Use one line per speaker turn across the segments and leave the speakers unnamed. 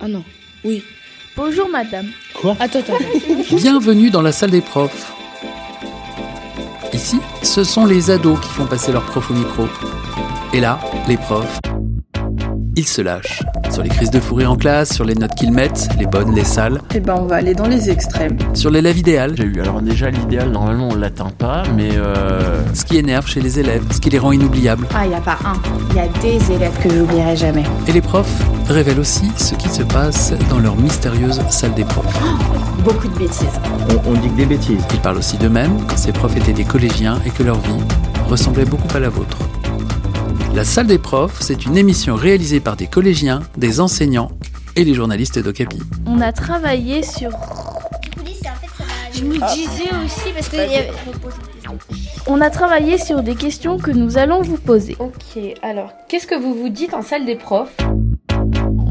Ah non, oui.
Bonjour madame.
Quoi
Attends, attends.
Bienvenue dans la salle des profs. Ici, ce sont les ados qui font passer leurs profs au micro. Et là, les profs, ils se lâchent. Sur les crises de fou rire en classe, sur les notes qu'ils mettent, les bonnes, les sales,
Eh ben, on va aller dans les extrêmes.
sur l'élève idéal,
J'ai eu. Alors déjà l'idéal normalement on l'atteint pas, mais euh,
ce qui énerve chez les élèves, ce qui les rend inoubliables.
Ah, il n'y a pas un. Il y a des élèves que j'oublierai jamais.
Et les profs révèlent aussi ce qui se passe dans leur mystérieuse salle des profs.
Beaucoup de bêtises.
On, on dit que des bêtises.
Ils parlent aussi d'eux-mêmes quand ces profs étaient des collégiens et que leur vie ressemblait beaucoup à la vôtre. La salle des profs, c'est une émission réalisée par des collégiens, des enseignants et les journalistes d'Ocapi.
On a travaillé sur.
Je me disais aussi parce que. y avait-
On a travaillé sur des questions que nous allons vous poser.
Ok, alors qu'est-ce que vous vous dites en salle des profs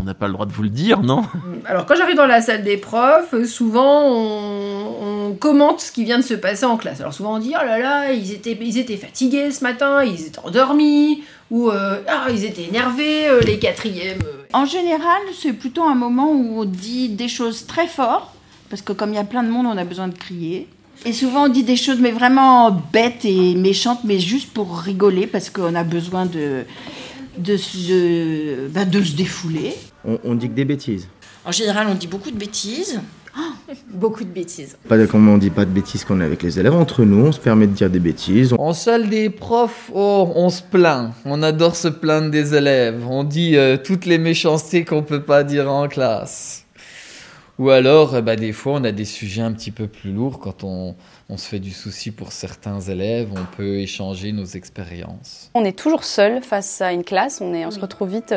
on n'a pas le droit de vous le dire, non
Alors quand j'arrive dans la salle des profs, euh, souvent on, on commente ce qui vient de se passer en classe. Alors souvent on dit oh là là, ils étaient, ils étaient fatigués ce matin, ils étaient endormis, ou euh, ah ils étaient énervés, euh, les quatrièmes. euh.
En général, c'est plutôt un moment où on dit des choses très fort, parce que comme il y a plein de monde, on a besoin de crier. Et souvent, on dit des choses, mais vraiment bêtes et méchantes, mais juste pour rigoler, parce qu'on a besoin de, de, se- de, bah, de se défouler.
On, on dit que des bêtises.
En général, on dit beaucoup de bêtises.
Beaucoup de bêtises.
Pas de, comme on dit pas de bêtises qu'on a avec les élèves. Entre nous, on se permet de dire des bêtises.
En salle des profs, oh, on se plaint. On adore se plaindre des élèves. On dit euh, toutes les méchancetés qu'on peut pas dire en classe. Ou alors, euh, bah, des fois, on a des sujets un petit peu plus lourds. Quand on, on se fait du souci pour certains élèves, on peut échanger nos expériences.
On est toujours seul face à une classe, on, est, on se retrouve vite,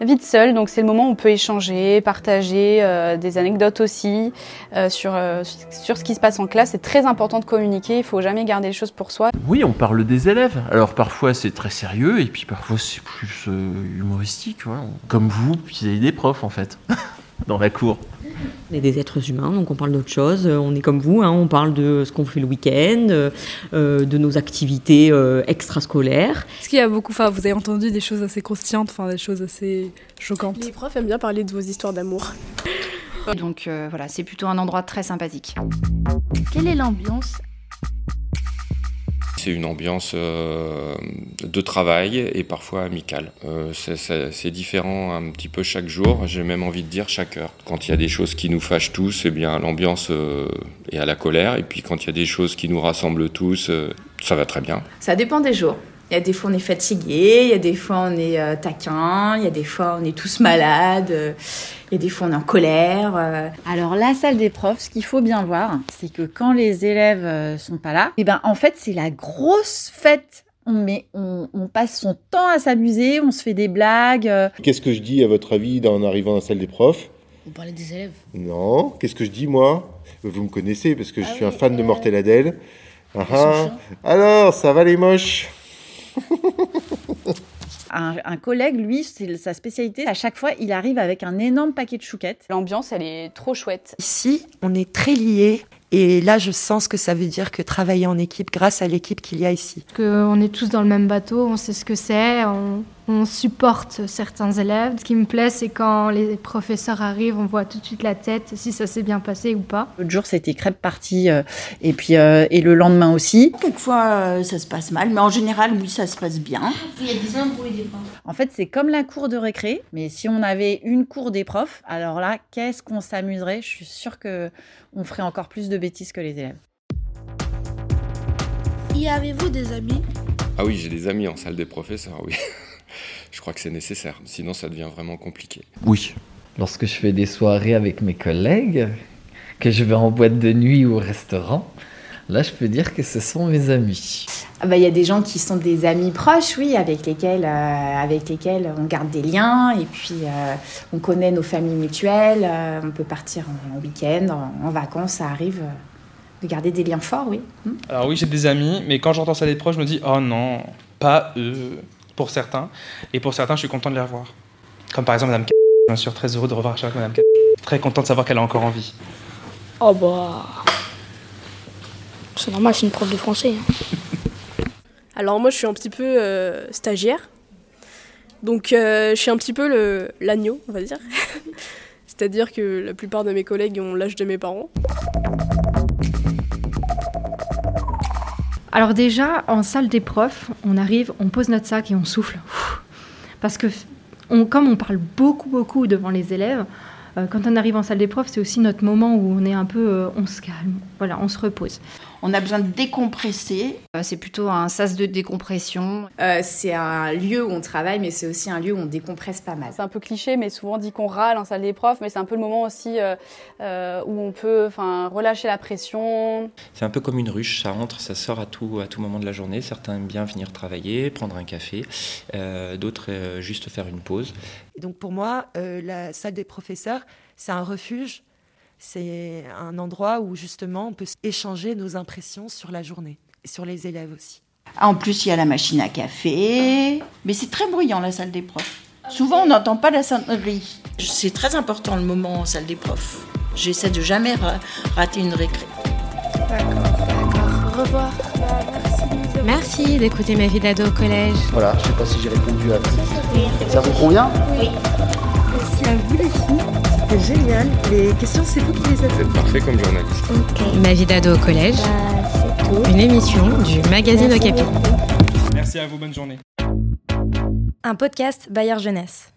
vite seul, donc c'est le moment où on peut échanger, partager euh, des anecdotes aussi euh, sur, euh, sur ce qui se passe en classe. C'est très important de communiquer, il faut jamais garder les choses pour soi.
Oui, on parle des élèves. Alors parfois c'est très sérieux et puis parfois c'est plus euh, humoristique, voilà. Comme vous, puis il y a des profs en fait, dans la cour.
On est des êtres humains, donc on parle d'autre chose. Euh, On est comme vous, hein, on parle de ce qu'on fait le week-end, euh, euh, de nos activités euh, extrascolaires.
Ce qu'il y a beaucoup, enfin, vous avez entendu des choses assez croustillantes, enfin, des choses assez choquantes.
Les profs aiment bien parler de vos histoires d'amour.
Donc
euh,
voilà, c'est plutôt un endroit très sympathique. Quelle est l'ambiance
C'est une ambiance euh, de travail et parfois amicale. Euh, c'est- c'est c'est différent un petit peu chaque jour, j'ai même envie de dire chaque heure. Quand il y a des choses qui nous fâchent tous, eh bien l'ambiance euh, est à la colère. Et puis quand il y a des choses qui nous rassemblent tous, euh, ça va très bien.
Ça dépend des jours. Il y a des fois on est fatigué, il y a des fois on est euh, taquin, il y a des fois on est tous malades, euh, il y a des fois on est en colère. euh.
Alors la salle des profs, ce qu'il faut bien voir, c'est que quand les élèves euh, sont pas là, et ben en fait c'est la grosse fête. On, met, on, on passe son temps à s'amuser, on se fait des blagues. euh,
Qu'est-ce que je dis à votre avis en arrivant dans la salle des profs
On parlait des élèves.
Non. Qu'est-ce que je dis moi Vous me connaissez parce que je
Ah
suis un
oui,
fan de
euh,
Mortel Adèle. Ah
son
ah.
chien.
Alors, ça va les moches
Un, un collègue, lui, c'est sa spécialité. À chaque fois, il arrive avec un énorme paquet de chouquettes.
L'ambiance elle est trop chouette.
Ici, on est très liés. Et là, je sens ce que ça veut dire que travailler en équipe grâce à l'équipe qu'il y a ici.
Qu'on est tous dans le même bateau, on sait ce que c'est, on, on supporte certains élèves. Ce qui me plaît, c'est quand les professeurs arrivent, on voit tout de suite la tête, si ça s'est bien passé ou pas.
L'autre jour, c'était crêpe partie, euh, et puis euh, et le lendemain aussi.
Quelquefois, euh, ça se passe mal, mais en général, oui, ça se passe bien.
Il y a des embrouilles des fois.
En fait, c'est comme la cour de récré, mais si on avait une cour des profs, alors là, qu'est-ce qu'on s'amuserait Je suis sûre que on ferait encore plus de bêtises que les élèves.
Y avez-vous des amis
Ah oui, j'ai des amis en salle des professeurs, oui. je crois que c'est nécessaire, sinon ça devient vraiment compliqué.
Oui.
Lorsque je fais des soirées avec mes collègues, que je vais en boîte de nuit ou au restaurant, là, je peux dire que ce sont mes amis.
Ah bah, Il y a des gens qui sont des amis proches, oui, avec lesquels, euh, avec lesquels on garde des liens et puis euh, on connaît nos familles mutuelles, euh, on peut partir en, en week-end, en, en vacances, ça arrive euh, de garder des liens forts, oui.
Alors oui, j'ai des amis, mais quand j'entends ça des proches, je me dis oh non, pas eux pour certains, et pour certains, je suis content de les revoir. Comme par exemple Madame. K. Bien sûr, très heureux de revoir Charlotte Madame. K. Très content de savoir qu'elle est encore en vie.
Oh bah. C'est normal, c'est une prof de français. hein. Alors moi je suis un petit peu euh, stagiaire. Donc euh, je suis un petit peu le- l'agneau, on va dire. C'est-à-dire que la plupart de mes collègues ont l'âge de mes parents.
Alors déjà, en salle des profs, on arrive, on pose notre sac et on souffle. Parce que on, comme on parle beaucoup, beaucoup devant les élèves, euh, quand on arrive en salle des profs, c'est aussi notre moment où on est un peu, euh, on se calme, voilà, on se repose.
On a besoin de décompresser.
Euh, C'est plutôt un sas de décompression.
c'est un lieu où on travaille, mais c'est aussi un lieu où on décompresse pas mal.
C'est un peu cliché, mais souvent on dit qu'on râle en salle des profs, mais c'est un peu le moment aussi euh, euh, où on peut enfin, relâcher la pression.
C'est un peu comme une ruche, ça entre, ça sort à tout, à tout moment de la journée. Certains aiment bien venir travailler, prendre un café, euh, d'autres euh, juste faire une pause.
Et donc pour moi, euh, la salle des professeurs, c'est un refuge, c'est un endroit où justement on peut échanger nos impressions sur la journée, et sur les élèves aussi.
Ah, en plus, il y a la machine à café. Mais c'est très bruyant, la salle des profs. Souvent, on n'entend pas la sonnerie.
C'est très important le moment en salle des profs. J'essaie de jamais ra- rater une récré.
Au revoir. Merci d'écouter ma vie d'ado au collège.
Voilà, je sais pas si j'ai répondu à tout. Ça vous convient
Oui. Merci à vous les filles. C'était génial. Les questions, c'est vous qui les avez.
C'est parfait comme journaliste.
Ma vie d'ado au collège. Une émission du magazine Okapi.
Merci à vous, bonne journée.
Un podcast Bayard Jeunesse.